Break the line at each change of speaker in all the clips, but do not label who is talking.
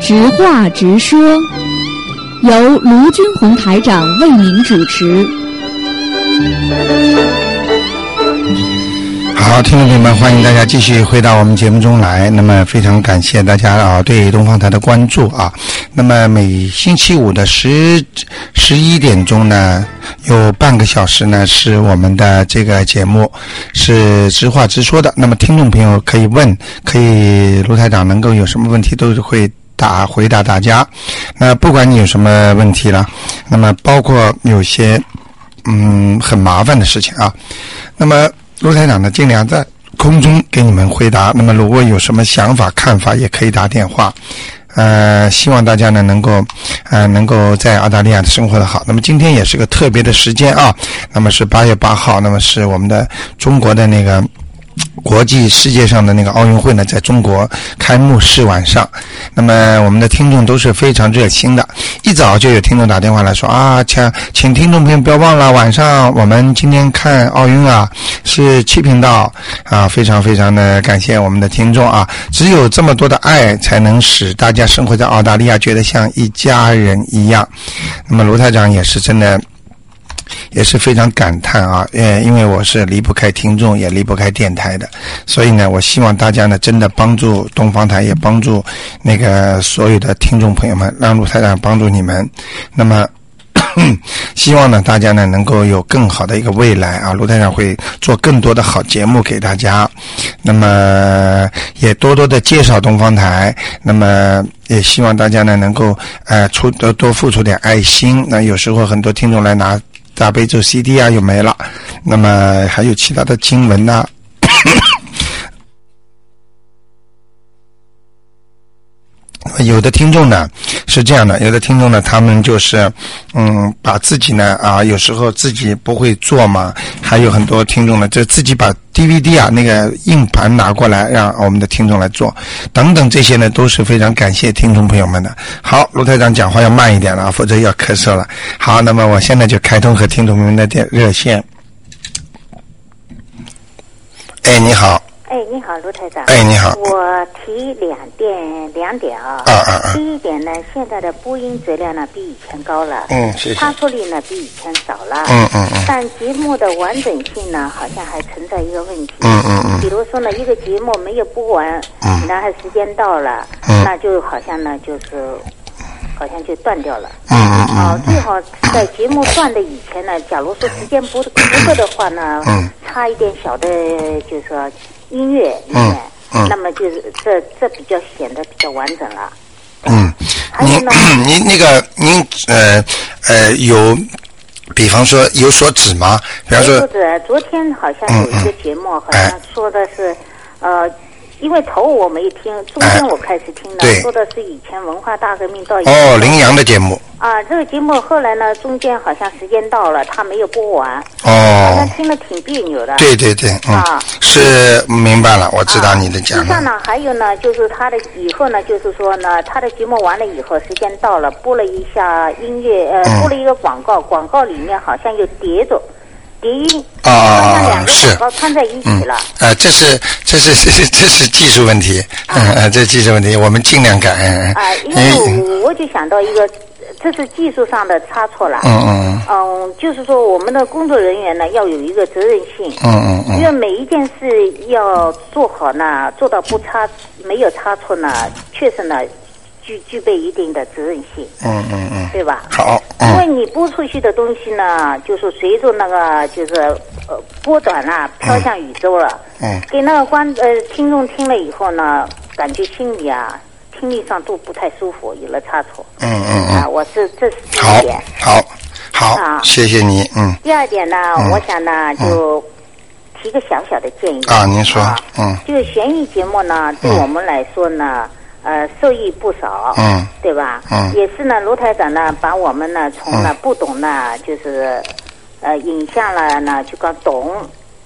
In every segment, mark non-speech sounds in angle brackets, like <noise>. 直话直说，由卢军红台长为您主持。
好，听众朋友们，欢迎大家继续回到我们节目中来。那么，非常感谢大家啊对东方台的关注啊。那么每星期五的十十一点钟呢，有半个小时呢是我们的这个节目是直话直说的。那么听众朋友可以问，可以卢台长能够有什么问题都是会。答回答大家，那不管你有什么问题了，那么包括有些嗯很麻烦的事情啊，那么卢台长呢尽量在空中给你们回答。那么如果有什么想法看法，也可以打电话。呃，希望大家呢能够呃能够在澳大利亚生活的好。那么今天也是个特别的时间啊，那么是八月八号，那么是我们的中国的那个。国际世界上的那个奥运会呢，在中国开幕式晚上，那么我们的听众都是非常热心的，一早就有听众打电话来说啊，请请听众朋友不要忘了，晚上我们今天看奥运啊，是七频道啊，非常非常的感谢我们的听众啊，只有这么多的爱，才能使大家生活在澳大利亚觉得像一家人一样。啊那么卢台长也是真的。也是非常感叹啊，呃，因为我是离不开听众，也离不开电台的，所以呢，我希望大家呢，真的帮助东方台，也帮助那个所有的听众朋友们，让陆台长帮助你们。那么， <coughs> 希望呢，大家呢能够有更好的一个未来啊，陆台长会做更多的好节目给大家。那么，也多多的介绍东方台。那么。也希望大家呢能够呃出多多付出点爱心。那有时候很多听众来拿大悲咒 CD 啊又没了，那么还有其他的经文呐、有的听众呢是这样的，有的听众呢，他们就是嗯，把自己呢啊，有时候自己不会做嘛，还有很多听众呢，就自己把 DVD 啊那个硬盘拿过来，让我们的听众来做，等等这些呢，都是非常感谢听众朋友们的。好，卢台长讲话要慢一点了，啊否则要咳嗽了。好，那么我现在就开通和听众朋友们的电热线。哎，你好，
哎，你好，卢台长。
哎，你好，
我提两点两点啊。
啊啊啊
第一点呢，现在的播音质量呢比以前高了，
嗯，谢谢，
发出率呢比以前少了，
嗯嗯嗯
但节目的完整性呢好像还存在一个问题。
嗯嗯嗯
比如说呢，一个节目没有播完，
嗯
然后时间到了，
嗯
那就好像呢就是好像就断掉了。
嗯嗯
哦
嗯，
最好在节目断的以前呢，假如说时间不不够的话呢，
嗯
插一点小的，就是说音乐里面，
嗯嗯
那么就是这这比较显得比较完整了。
嗯。
还有
您
呢，
<clears throat> 您那个您呃呃有，比方说有所指吗？比方
哎
说
或者昨天好像有一个节目，好
哎
像说的是，呃。因为头我没听，中间
哎
我开始听了，
对
说的是以前文化大革命到
哦，羚羊的节目
啊，这个节目后来呢，中间好像时间到了，他没有播完，那
哦，
听了挺别扭的。
对对对，嗯
嗯啊，
是明白了，我知道你的
实
讲
际上
了，
呢，还有呢，就是他的以后呢，就是说呢，他的节目完了以后，时间到了，播了一下音乐，
嗯
呃，播了一个广告，广告里面好像有叠着叠音，
啊啊啊
好像两个
是
广告串在一
嗯
起了。，
啊，这是这是 <laughs> 这是技术问题，嗯，啊这是技术问题，我们尽量改，嗯
啊，因
嗯
为我我就想到一个，这是技术上的差错了。
嗯嗯
嗯，就是说我们的工作人员呢要有一个责任性，
嗯嗯嗯，
因为每一件事要做好呢，做到不差没有差错呢，确实呢具具备一定的责任性，
嗯嗯嗯，
对吧？
好，
因为
嗯
你播出去的东西呢，就是随着那个就是呃波短啊，飘向宇宙了。
嗯
给那个观呃听众听了以后呢，感觉心里啊听力上都不太舒服，有了差错。
嗯嗯嗯，
啊，我这这是第一
好
点。，
好，好
啊，
谢谢你，嗯
第二点呢，我想呢就提个小小的建议。
啊，您说
啊，
嗯
就是悬疑节目呢，对我们来说呢，呃，受益不少，
嗯，
对吧？
嗯
也是呢，卢台长呢，把我们呢从呢
嗯
不懂呢，就是呃引向了呢，就讲懂，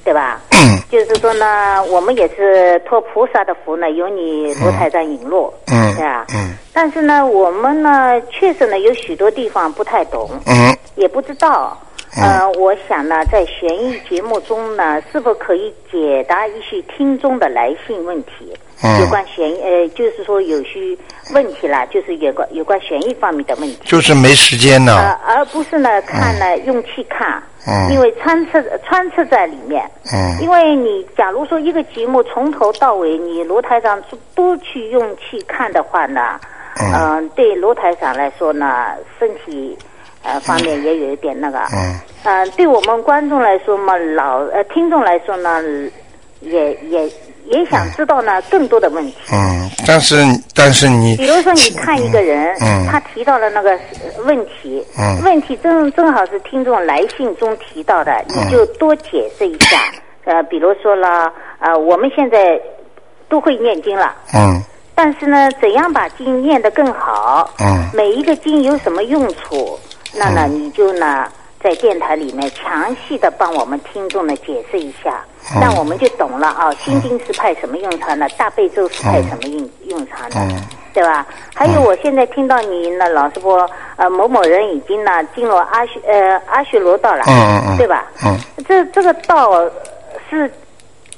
对吧？
嗯
就是说呢，我们也是托菩萨的福呢，有你卢台长引路，
嗯
对吧？
嗯
但是呢，我们呢，确实呢，有许多地方不太懂，
嗯
也不知道。呃，我想呢，在悬疑节目中呢，是否可以解答一些听众的来信问题？
嗯
有关悬疑，呃，就是说有些问题啦，就是有关有关悬疑方面的问题。
就是没时间呢、
呃，而不是呢看呢用气看，
嗯
因为穿刺穿刺在里面，
嗯
因为你假如说一个节目从头到尾，你罗台长都都去用气看的话呢，嗯、对罗台长来说呢，身体呃方面也有一点那个，
嗯，
呃，对我们观众来说嘛，老呃听众来说呢，也也也想知道呢更多的问题。
嗯，但是但是你
比如说，你看一个人，
嗯
他提到了那个呃问题，
嗯
问题正正好是听众来信中提到的，你就多解释一下。呃，比如说了，呃，我们现在都会念经了，
嗯
但是呢，怎样把经念得更好？
嗯
每一个经有什么用处？那呢，你就呢在电台里面详细的帮我们听众呢解释一下，
嗯
那我们就懂了啊。心经是派什么用场呢？大悲咒是派什么用用场呢？
嗯
对吧？还有，我现在听到你呢，老师说，呃，某某人已经呢进入阿修呃阿修罗道了，
嗯嗯嗯
对吧？
嗯
这这个道是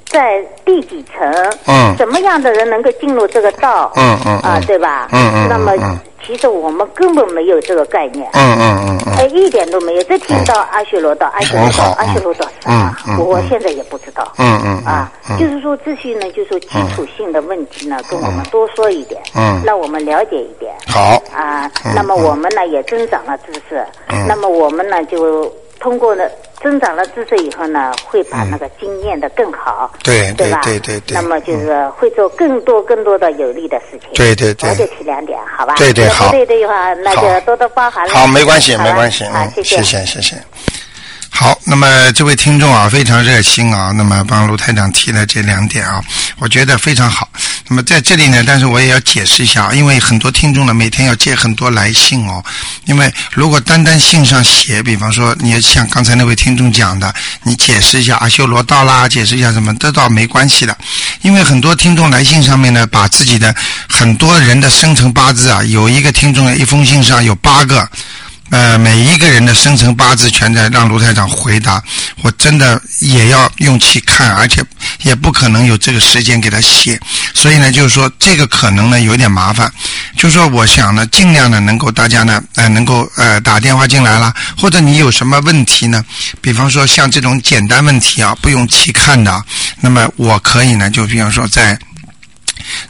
在第几层？
嗯
什么样的人能够进入这个道？
嗯嗯嗯
啊，对吧？
嗯嗯嗯
那么
嗯
其实我们根本没有这个概念。
嗯嗯嗯嗯
哎，一点都没有。只听到阿修罗道，阿修罗
很好
道，阿修罗道是
嗯
吧？
嗯
我我现在也不知道。
嗯嗯嗯
啊，就是说这些呢，就是说基础性的问题呢，跟我们多说一点，
嗯
让我们了解一点。
好，
啊，那么我们呢也增长了知识，
嗯
那么我们呢就通过呢增长了知识以后呢，会把那个经验的更好，
嗯对
对吧？
对对对嗯
那么就是会做更多更多的有利的事情。
对对对
我就提两点，好吧？
对对
如果
好
不对的话，那
好
就多多包涵了。
好，没关系，
好吧
没关系，
好
嗯，，
谢
谢谢，谢谢。好，那么这位听众啊，非常热心啊，那么帮卢台长提了这两点啊，我觉得非常好。那么在这里呢，但是我也要解释一下啊，因为很多听众呢，每天要接很多来信哦。因为如果单单信上写，比方说你像刚才那位听众讲的，你解释一下阿修罗道啦，解释一下什么，这倒没关系的。因为很多听众来信上面呢，把自己的很多人的生辰八字啊，有一个听众一封信上有八个。呃，每一个人的生辰八字全在让卢台长回答，我真的也要用气看，而且也不可能有这个时间给他写，所以呢，就是说这个可能呢有点麻烦，就是说我想呢，尽量呢能够大家呢呃能够呃打电话进来啦，或者你有什么问题呢，比方说像这种简单问题啊，不用气看的啊，那么我可以呢，就比方说在。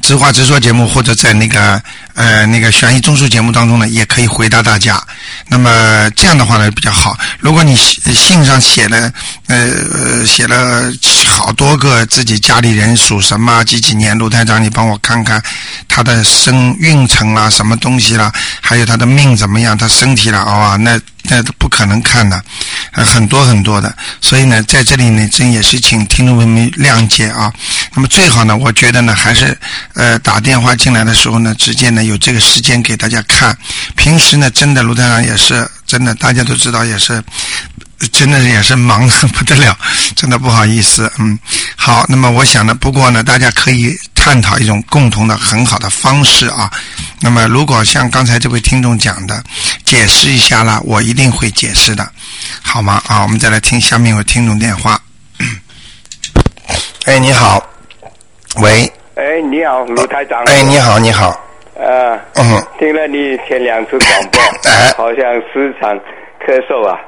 直话直说节目或者在那个呃那个悬疑综述节目当中呢，也可以回答大家。那么这样的话呢比较好。如果你信信上写了呃呃写了好多个自己家里人属什么几几年，卢台长你帮我看看他的生运程啦，什么东西啦，还有他的命怎么样，他身体啦，哇、那那呃都不可能看的，呃，很多很多的。所以呢，在这里呢，真也是请听众朋友们谅解啊。那么最好呢，我觉得呢，还是呃打电话进来的时候呢，直接呢有这个时间给大家看。平时呢，真的卢台长也是真的，大家都知道也是。真的也是忙得不得了， <laughs> 真的不好意思，嗯，好，那么我想呢，不过呢，大家可以探讨一种共同的很好的方式啊。那么，如果像刚才这位听众讲的，解释一下啦，我一定会解释的，好吗？啊，我们再来听下面有听众电 <coughs> 话。哎，你好，喂，
哎，你好，卢台长。
哎，你好，你好，
呃，
嗯，
听了你前两次广播
<coughs> 哎，
好像时常咳嗽啊。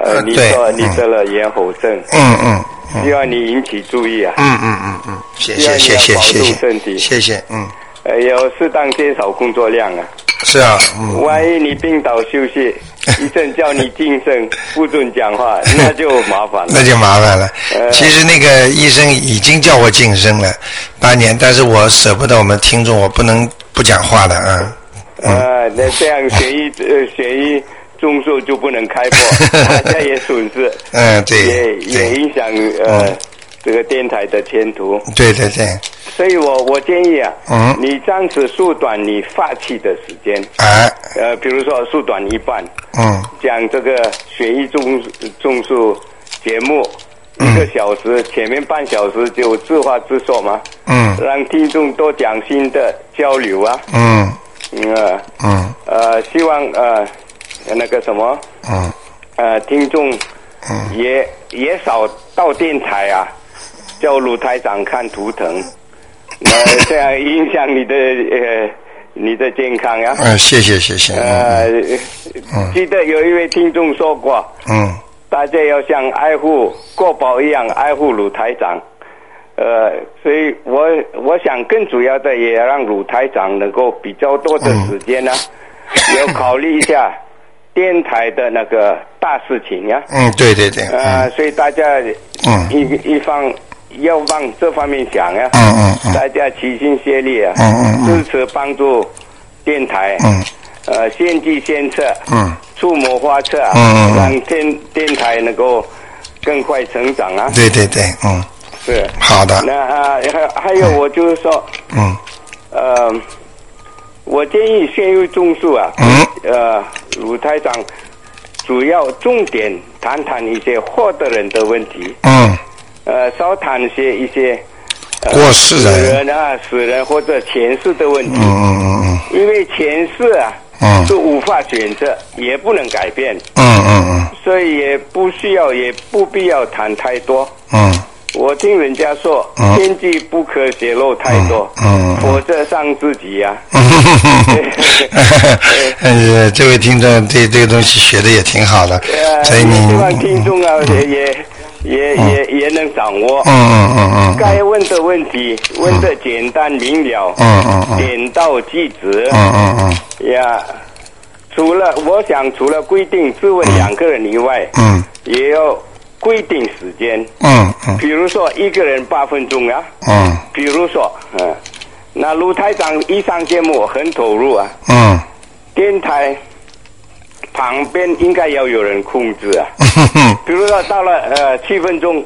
呃
呃，你
对
说你
嗯
得了咽喉症，
嗯嗯
希望你引起注意啊。
嗯嗯嗯嗯，谢谢谢谢谢谢谢谢，嗯，
呃，要适当减少工作量啊。
是啊，嗯，
万一你病倒休息，医生叫你静声，不准讲话，
嗯
那就麻烦
<laughs> 那
了。
就麻烦了。
呃
其实那个医生已经叫我晋升了八年，但是我舍不得我们听众，我不能不讲话的啊。
呃，那这样学医呃学医综述就不能
<laughs>
开播，大家也损失，
嗯，对嗯
也也
对
影响呃这个电台的前途。
对对对，
所以我我建议啊，
嗯
你暂时缩短你发起的时间，
啊，
呃，比如说缩短一半，
嗯
讲这个学医综综述节目。
嗯
一个小时，前面半小时就自话自说嘛，
嗯
让听众多讲新的交流啊，
嗯
嗯呃，
嗯
呃希望呃那个什么，
嗯，
呃，听众也也少到电台啊，叫鲁台长看图腾，那、这样影响你的呃你的健康呀、
呃，谢谢谢谢，嗯
呃，记得有一位听众说过，
嗯，
大家要像爱护国宝一样爱护鲁台长。呃，所以我我想更主要的也让鲁台长能够比较多的时间呢、要考虑一下电台的那个大事情呀、
嗯，对对对，
呃，所以大家
嗯
一一方要往这方面想呀、
嗯嗯嗯
大家齐心协力啊，
嗯嗯嗯
支持帮助电台，
嗯
呃，献计献策，
嗯，
出谋划策啊，
嗯嗯嗯
让电电台能够更快成长啊，
对对对，嗯，
是。
好的，
那啊，还还有我就是说，
嗯
呃，我建议先入种树啊，
嗯
呃，鲁台长主要重点谈谈一些获得人的问题，
嗯，
呃，少谈一些一些。呃
过世
死
人，
人啊，死人或者前世的问题，
嗯嗯嗯
因为前世啊、
嗯
是无法选择，也不能改变，
嗯嗯
所以也不需要，也不必要谈太多。
嗯嗯，
我听人家说，
嗯
天机不可泄露太多，
嗯嗯嗯
否则伤自己啊呀、
<laughs> 呃，这位听众对这个东西学的也挺好的
呃，，
所以你，
希望
嗯
听众啊，也也也也也能掌握。
嗯嗯嗯
该问的问题问的简单明了，
嗯嗯嗯
点到即止。
嗯嗯
呀，除了我想，除了规定质问两个人以外，
嗯
也要规定时间。
嗯嗯
比如说一个人八分钟啊，
嗯
比如说，嗯、那卢台长一上节目很投入啊，
嗯，
电台旁边应该要有人控制
<laughs>
啊。比如说到了呃七分钟，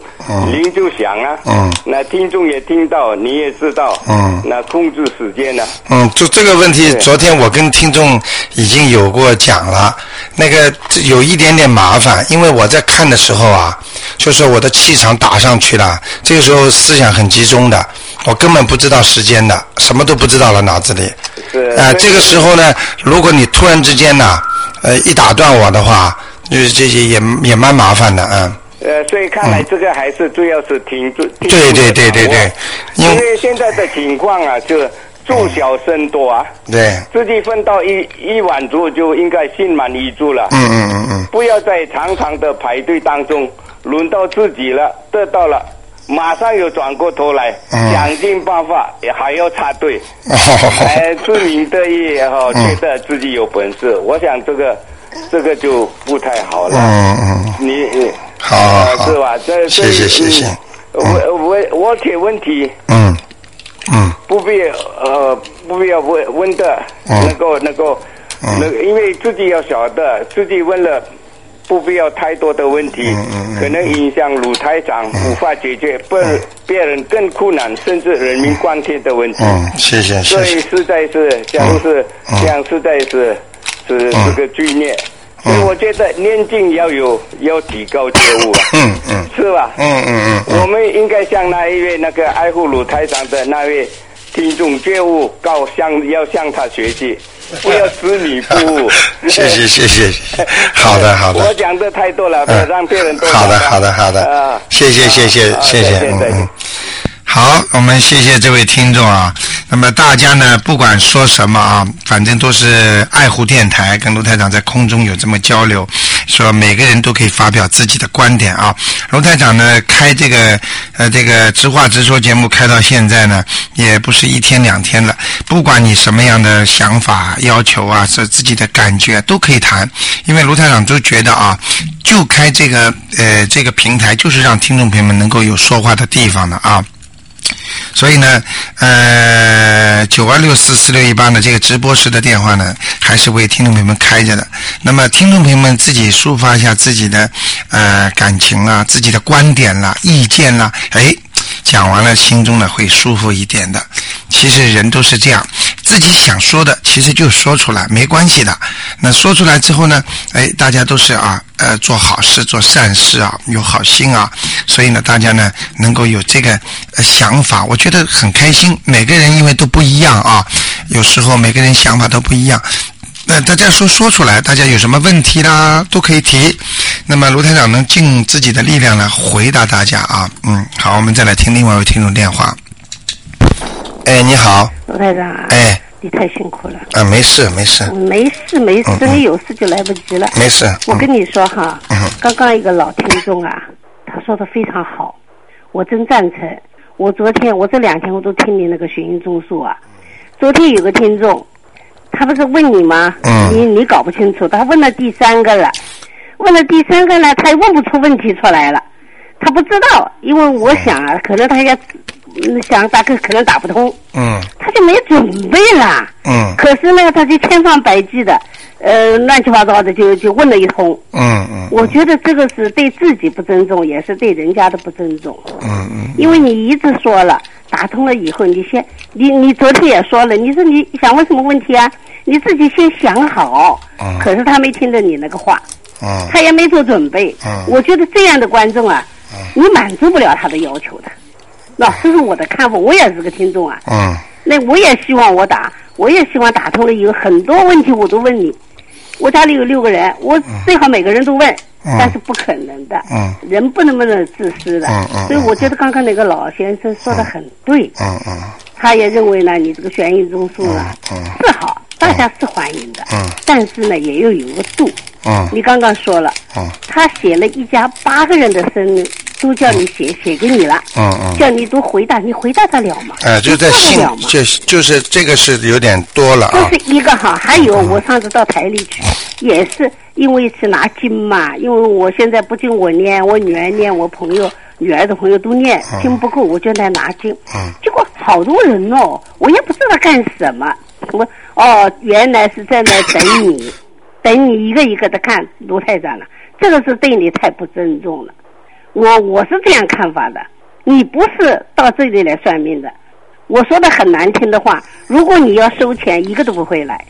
铃就响啊，
嗯
那听众也听到，你也知道，
嗯
那控制时间呢、
嗯，就这个问题，昨天我跟听众已经有过讲了，那个有一点点麻烦，因为我在看的时候啊，就是我的气场打上去了，这个时候思想很集中的，我根本不知道时间的，什么都不知道了，脑子里。
是
啊、
所以
这个时候呢，如果你突然之间呢，呃，一打断我的话，就是这些也也蛮麻烦的，嗯。
呃，所以看来这个还是主要是听众、
对嗯
听
对
众的
对对
掌握
对因
哦因
为
为现在的情况啊，就是住小生多啊，
对，
自己分到一一碗住就应该心满意足了，
嗯嗯嗯嗯，
不要在长长的排队当中轮到自己了，得到了。马上又转过头来，
嗯
想尽办法也还要插队，
哦，
哎，自鸣得意也
嗯
好，觉得自己有本事，我想这个这个就不太好了。
嗯嗯，
你你
好
呃
好
是吧？这
谢
这
谢谢
嗯
谢
我我我提问题
嗯嗯
不必呃不必要问问的，
嗯
能够能够，那因为自己要晓得，自己问了。不必要太多的问题，
嗯
可能影响鲁台长无法解决，不然
嗯
别人更困难，甚至人民关切的问题。
嗯，谢谢
所
谢
以
谢，嗯
实在是，假如是这样，实在是是这个罪孽。
嗯
所以我觉得念经要有要提高觉
<laughs>
悟啊，
嗯嗯
是吧？
嗯嗯嗯
我们应该像那一位那个爱护鲁台长的那位听众觉悟高，向要向他
<laughs>
学习，不要执迷不悟。
嗯，谢
<laughs>
谢谢谢，好的好
我
的，
讲的太多了，不要
嗯
让别人多。
好的好的好的
啊，，
谢谢谢谢
啊
谢谢，
再见
嗯
再见
嗯。好，我们谢谢这位听众啊。那么大家呢，不管说什么啊，反正都是爱护电台，跟卢台长在空中有这么交流，说每个人都可以发表自己的观点啊。卢台长呢，开这个呃这个直话直说节目开到现在呢，也不是一天两天了。不管你什么样的想法、要求啊，是自己的感觉都可以谈，因为卢台长都觉得啊，就开这个呃这个平台，就是让听众朋友们能够有说话的地方的啊。所以呢，呃，九二六四四六一八呢，这个直播室的电话呢，还是为听众朋友们开着的。那么，听众朋友们自己抒发一下自己的呃感情啦、自己的观点啦、意见啦，哎，讲完了，心中呢会舒服一点的。其实人都是这样，自己想说的，其实就说出来，没关系的。那说出来之后呢，哎，大家都是啊，呃，做好事、做善事啊，有好心啊，所以呢，大家呢能够有这个呃想法，我觉得很开心。每个人因为都不一样啊，有时候每个人想法都不一样。那大家说说出来，大家有什么问题啦，都可以提。那么卢台长能尽自己的力量来回答大家啊。嗯，好，我们再来听另外一位听众电话。哎，你好，
卢台长啊，
哎，
你太辛苦了，
啊，没事没事
我没事没事，你有事就来不及了。
没事，
我
嗯
跟你说哈，刚刚一个老听众啊，他说的非常好，我真赞成。我昨天我这两天我都听你那个寻音综述啊，昨天有个听众，他不是问你吗？
嗯
你你搞不清楚，他问了第三个了，问了第三个了，他也问不出问题出来了，他不知道，因为我想啊，可能他要嗯想打可可能打不通，
嗯
他就没准备啦。
嗯
可是呢，他就千方百计的，呃，乱七八糟的就就问了一通。
嗯嗯
我觉得这个是对自己不尊重，也是对人家的不尊重。
嗯嗯，
因为你一直说了，打通了以后，你先，你你昨天也说了，你说你想问什么问题啊？你自己先想好。可是他没听着你那个话，
嗯
他也没做准备
嗯。
我觉得这样的观众啊，你满足不了他的要求的。那这是我的看法，我也是个听众啊。
嗯
那我也希望我打，我也希望打通了以后，很多问题我都问你。我家里有六个人，我最好每个人都问，
嗯
但是不可能的。
嗯
人不能不能自私的，
嗯嗯
所以我觉得刚刚那个老先生说的很对，
嗯嗯
他也认为呢，你这个悬疑综述啊、
嗯嗯
是好，大家是欢迎的，
嗯
但是呢也要有个度。
嗯
你刚刚说了，
嗯
他写了一家八个人的生都叫你写，写给你了，
嗯嗯。
叫你都回答，你回答得了吗？
哎、就在
你
信
做得了吗，
就就是这个是有点多了啊嗯
这。是一个哈，还有我上次到台里去，也是因为是拿经嘛，因为我现在不仅我念，我女儿念，我朋友女儿的朋友都念，
嗯
经不够我就来拿经。结果好多人哦，我也不知道干什么，我哦原来是在那等
<laughs>
你，等你一个一个的看卢太长了，这个是对你太不尊重了。我我是这样看法的，你不是到这里来算命的。我说的很难听的话，如果你要收钱，一个都不会来。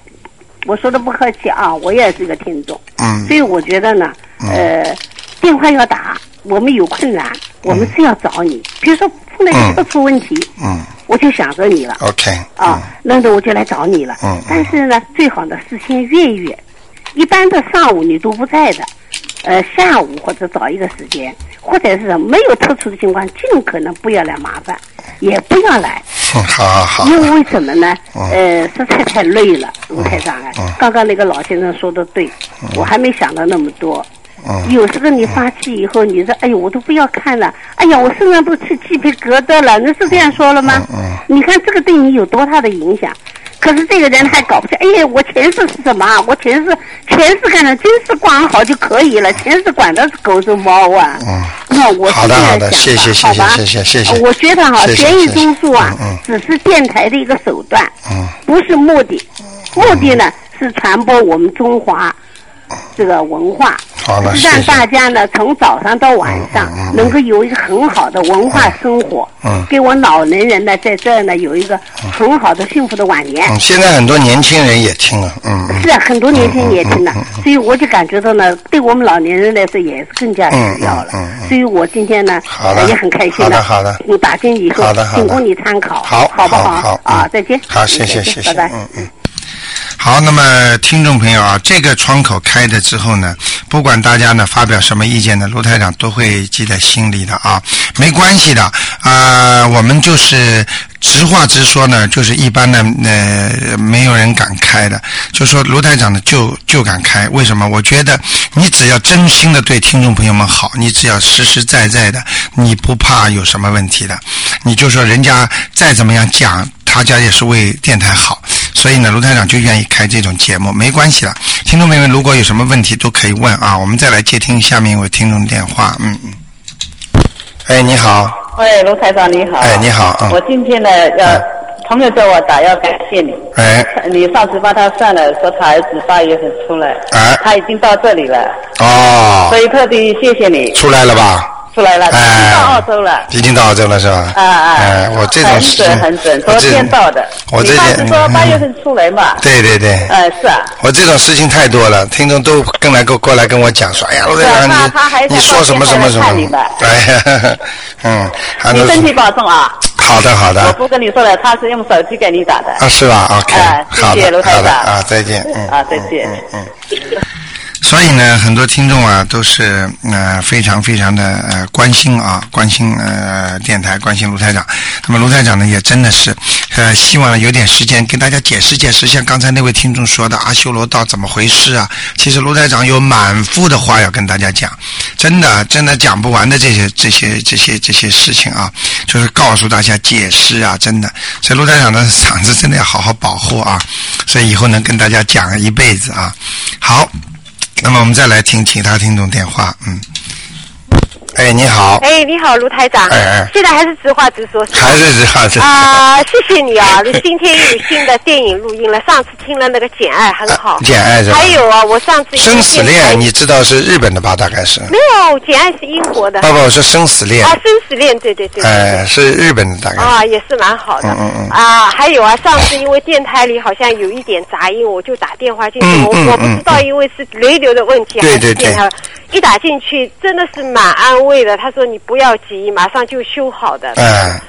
我说的不客气啊，我也是个听众，
嗯
所以我觉得呢，呃，电话要打，我们有困难，我们是要找你。比如说碰到一个出问题，
嗯
我就想着你了。
，OK，
啊，那那我就来找你了。
嗯嗯嗯
但是呢，最好呢事先约一约，一般的上午你都不在的，呃，下午或者找一个时间，或者是没有特殊的情况，尽可能不要来麻烦，也不要来，
<laughs> 嗯好好好，嗯
因为什么呢？呃，实在太累了，卢台长啊，刚刚那个老先生说的对，
嗯
我还没想到那么多。
啊
有时候你发气以后，你说：“哎呦，我都不要看了，哎呀，我身上都起鸡皮疙瘩了。”那是这样说了吗？
嗯
你看这个对你有多大的影响？可是这个人还搞不清，哎呀，我前世是什么啊？我前世前世干了，今世管好就可以了，前世管的是狗是猫啊。那我
好
是这
的
样
嗯好
想
的谢谢谢
好吧啊
谢谢谢谢谢
我觉得哈，
谢谢
悬
谢
疑
谢
综述啊
嗯嗯，
只是电台的一个手段
嗯，
不是目的。目的呢是传播我们中华这个文化
好了，
是
谢嗯
让
谢。
大家呢从早上到晚上能够有一个很好的文化生活
嗯，
给我老年人呢在这儿呢有一个很好的幸福的晚年。
嗯，现在很多年轻人也听了，嗯嗯
是啊，很多年轻人也听了，所以我就感觉到呢，对我们老年人来说也是更加需要了
嗯嗯嗯。
所以我今天呢呃
好的，
也很开心
好的好的
我打进以后
好的，好的
仅供你参考，
好
好不
好好
啊
嗯，
再见。
好，谢谢谢谢，
拜拜。
嗯嗯。好，那么听众朋友啊，这个窗口开了之后呢，不管大家呢发表什么意见呢，卢台长都会记在心里的啊，没关系的啊、我们就是直话直说呢，就是一般的呃没有人敢开的，就说卢台长呢就就敢开，为什么？我觉得你只要真心的对听众朋友们好，你只要实实在在的，你不怕有什么问题的，你就说人家再怎么样讲，他家也是为电台好，所以呢，卢台长就愿意开这种节目，没关系了。听众朋友们，如果有什么问题都可以问啊，我们再来接听下面一位听众电话。嗯嗯。哎，你好，
喂，卢台长你好。
哎你好嗯
啊我今天呢要朋友叫我打，要感谢你。
哎，
你上次帮他算了，说他儿子八月份出来，
哎
他已经到这里了，所
哦，
以特地谢谢你
出来了吧？
出来了，他已经
哎
到澳洲了。
已经到澳洲了是吧？
啊啊！
哎，我这种
很
事情
准很准，
我
昨
这
天到的。
我这
你上次
件
说八月。
嗯
份出来嘛？
对对对。
呃，是啊。
我这种事情太多了，听众都跟来跟过来跟我讲说，哎呀，罗队
对
长
啊他他还
你
在
你说什么什么什 <laughs>
放电话来看你
么
的，
哎呀，呵呵嗯，还
你
能
身体保重啊！
好的，好的。
我不跟你说了，他是用手机给你打的。
啊，是吧？OK，、
啊谢谢
好的，
卢台
好的
长
啊，再见，嗯，
啊，再见。
所以呢，很多听众啊都是呃非常非常的呃关心啊，关心呃电台，关心卢台长。那么卢台长呢，也真的是呃希望有点时间跟大家解释解释，像刚才那位听众说的阿修罗道怎么回事啊？其实卢台长有满腹的话要跟大家讲，真的真的讲不完的这些这些这些这些事情啊，就是告诉大家解释啊，真的。所以卢台长的嗓子真的要好好保护啊，所以以后能跟大家讲一辈子啊。好。那么我们再来听其他听众电话，嗯，哎，你好，
哎，你好，卢台长。
哎哎
现在还是直话直说，是吧
还是哎这样子，
啊、谢谢你啊！你今天有新的电影录音了，上次听了那个《简爱》，很好。
啊简爱是吧
还有啊，我上次
生死恋
你
你知道是日本的吧？大概是，
没有，《简爱》是英国的。
爸爸，我说生死恋
啊，，生死恋，对对对。
哎，是日本的大概，
啊，也是蛮好的。
嗯嗯嗯
啊，还有啊，上次因为电台里好像有一点杂音，我就打电话进去，
嗯
我
嗯
我不知道，因为是雷流的问题还
对
是
对对
电台。一打进去真的是蛮安慰的，他说你不要急，马上就修好的，
哎，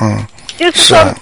嗯，
就是
是
说
啊，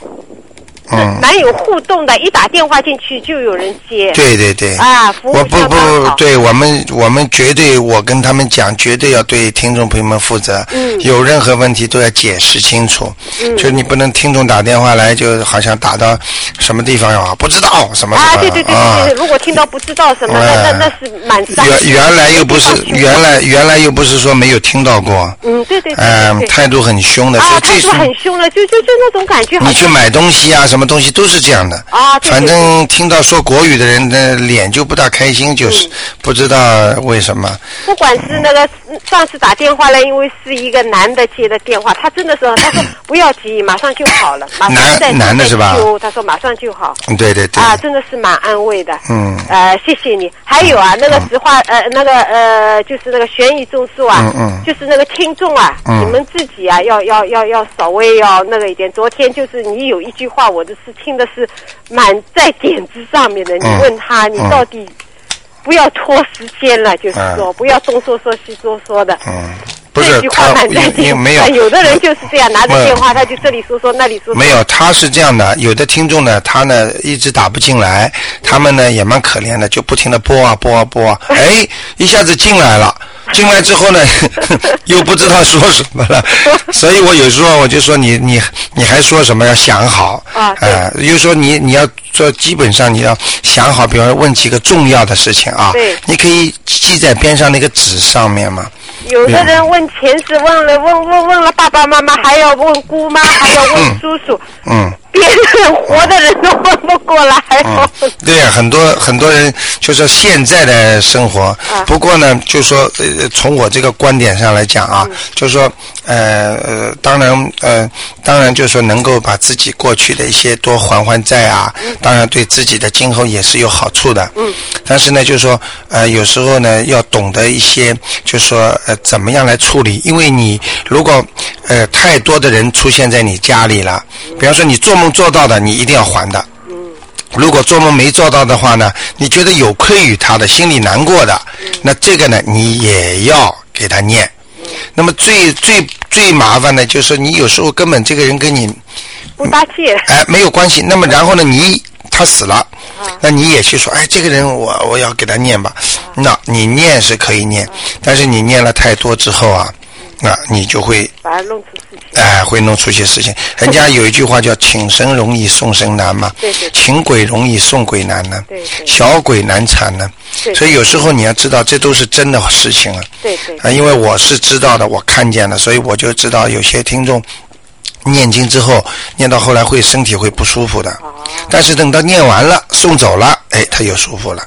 嗯，
蛮有互动的，一打电话进去就有人接。
对对对，
啊，服务
我不
相当
不
好，
对，我们我们绝对，我跟他们讲，绝对要对听众朋友们负责。嗯，有任何问题都要解释清楚。嗯，就是你不能听众打电话来，就好像打到什么地方啊，不知道什么什么
啊，对对对
啊哎
对对，如果听到不知道什么，那那那是蛮伤心的。
原原来又不是
没地方去
原来原来又不是说没有听到过，
嗯，对对对
嗯、
对对。
态度很凶的，所
啊，
以
态
这
度
是
很凶了，就就就那种感觉，好
你去
像
买东西啊，什么东西都是这样的。
啊对对
反正听到说国语的人的脸就不大开心，
嗯
就是、不知道为什么。
不管是那个上次打电话来，因为是一个男的接的电话，他真的是他说不要急，马上就好了，马上再
男男的是吧
再修他说马上就好。
嗯对对对。
啊，真的是蛮安慰的。
嗯
呃，谢谢你。还有啊，那个实话，呃，那个呃，就是那个悬疑综述啊，
嗯嗯
就是那个听众啊，
嗯
你们自己啊，要要要要稍微要那个一点。昨天就是你有一句话，我的是听的是蛮在点子上面的。你
嗯
问他，你
嗯
到底不要拖时间了，就是说、
嗯
不要东说说西说说的。
嗯，不
这
是
句话
他
蛮在
因因
点
没
子
有嗯
上，有的人就是这样拿着
没有
电话，他就这里说说那里说说。
<laughs> 没有，他是这样的，有的听众呢，他呢一直打不进来，他们呢也蛮可怜的，就不停的播啊播啊播啊， <laughs> 哎，一下子进来了。进来之后呢， <laughs> 又不知道说什么
<laughs>
了，所以我有时候我就说你你你还说什么要想好
啊对
呃，又说你你要做，基本上你要想好，比方说问几个重要的事情啊，
对
你可以记在边上那个纸上面嘛，
有的人问前世，问了问问问了爸爸妈妈，还要问姑妈，还要问叔叔，
嗯。
别人活的人都问不过来。
嗯，对呀、很多很多人就说现在的生活，不过呢，就说呃，从我这个观点上来讲啊，就说呃呃，当然呃，当然就说能够把自己过去的一些多还还债啊，当然对自己的今后也是有好处的。嗯，但是呢，就说呃，有时候呢，要懂得一些，就说呃，怎么样来处理，因为你如果呃太多的人出现在你家里了，比方说你做梦做到的，你一定要还的。如果做梦没做到的话呢，你觉得有愧于他的，心里难过的，
嗯
那这个呢，你也要给他念。那么最最最麻烦的就是你有时候根本这个人跟你
不搭界，
哎没有关系，那么然后呢，你他死了，
啊
那你也去说哎这个人我我要给他念吧，
啊
那你念是可以念，但是你念了太多之后啊，那你就会
把它弄出事情。
哎，会弄出些事
<laughs>
情。人家有一句话叫“请神容易送神难”嘛，
对对对
请鬼容易送鬼难呢，
对对
小鬼难缠呢。
对
所以有时候你要知道，这都是真的事情啊。
对对
啊，因为我是知道的，我看见了，所以我就知道有些听众念经之后，念到后来会身体会不舒服的。
哦
但是等到念完了，送走了，哎，他又舒服了。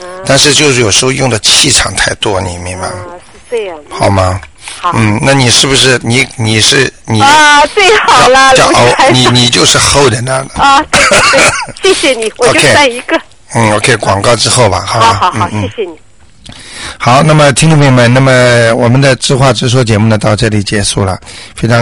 啊
但是就是有时候用的气场太多，你明白吗？
啊，是这样的。
好吗？
好
嗯，那你是不是你你是你
啊，最好了，
叫
卢
哦，
台
你
长。
你就是后的那个。
啊，对对对，谢谢你，我
<laughs>
就
OK
算一个。
嗯，OK，广告之后吧，好
好
吧，
好好，
嗯
谢
嗯，
谢你。
好，那么听众朋友们，那么我们的知话直说节目呢到这里结束了，非常。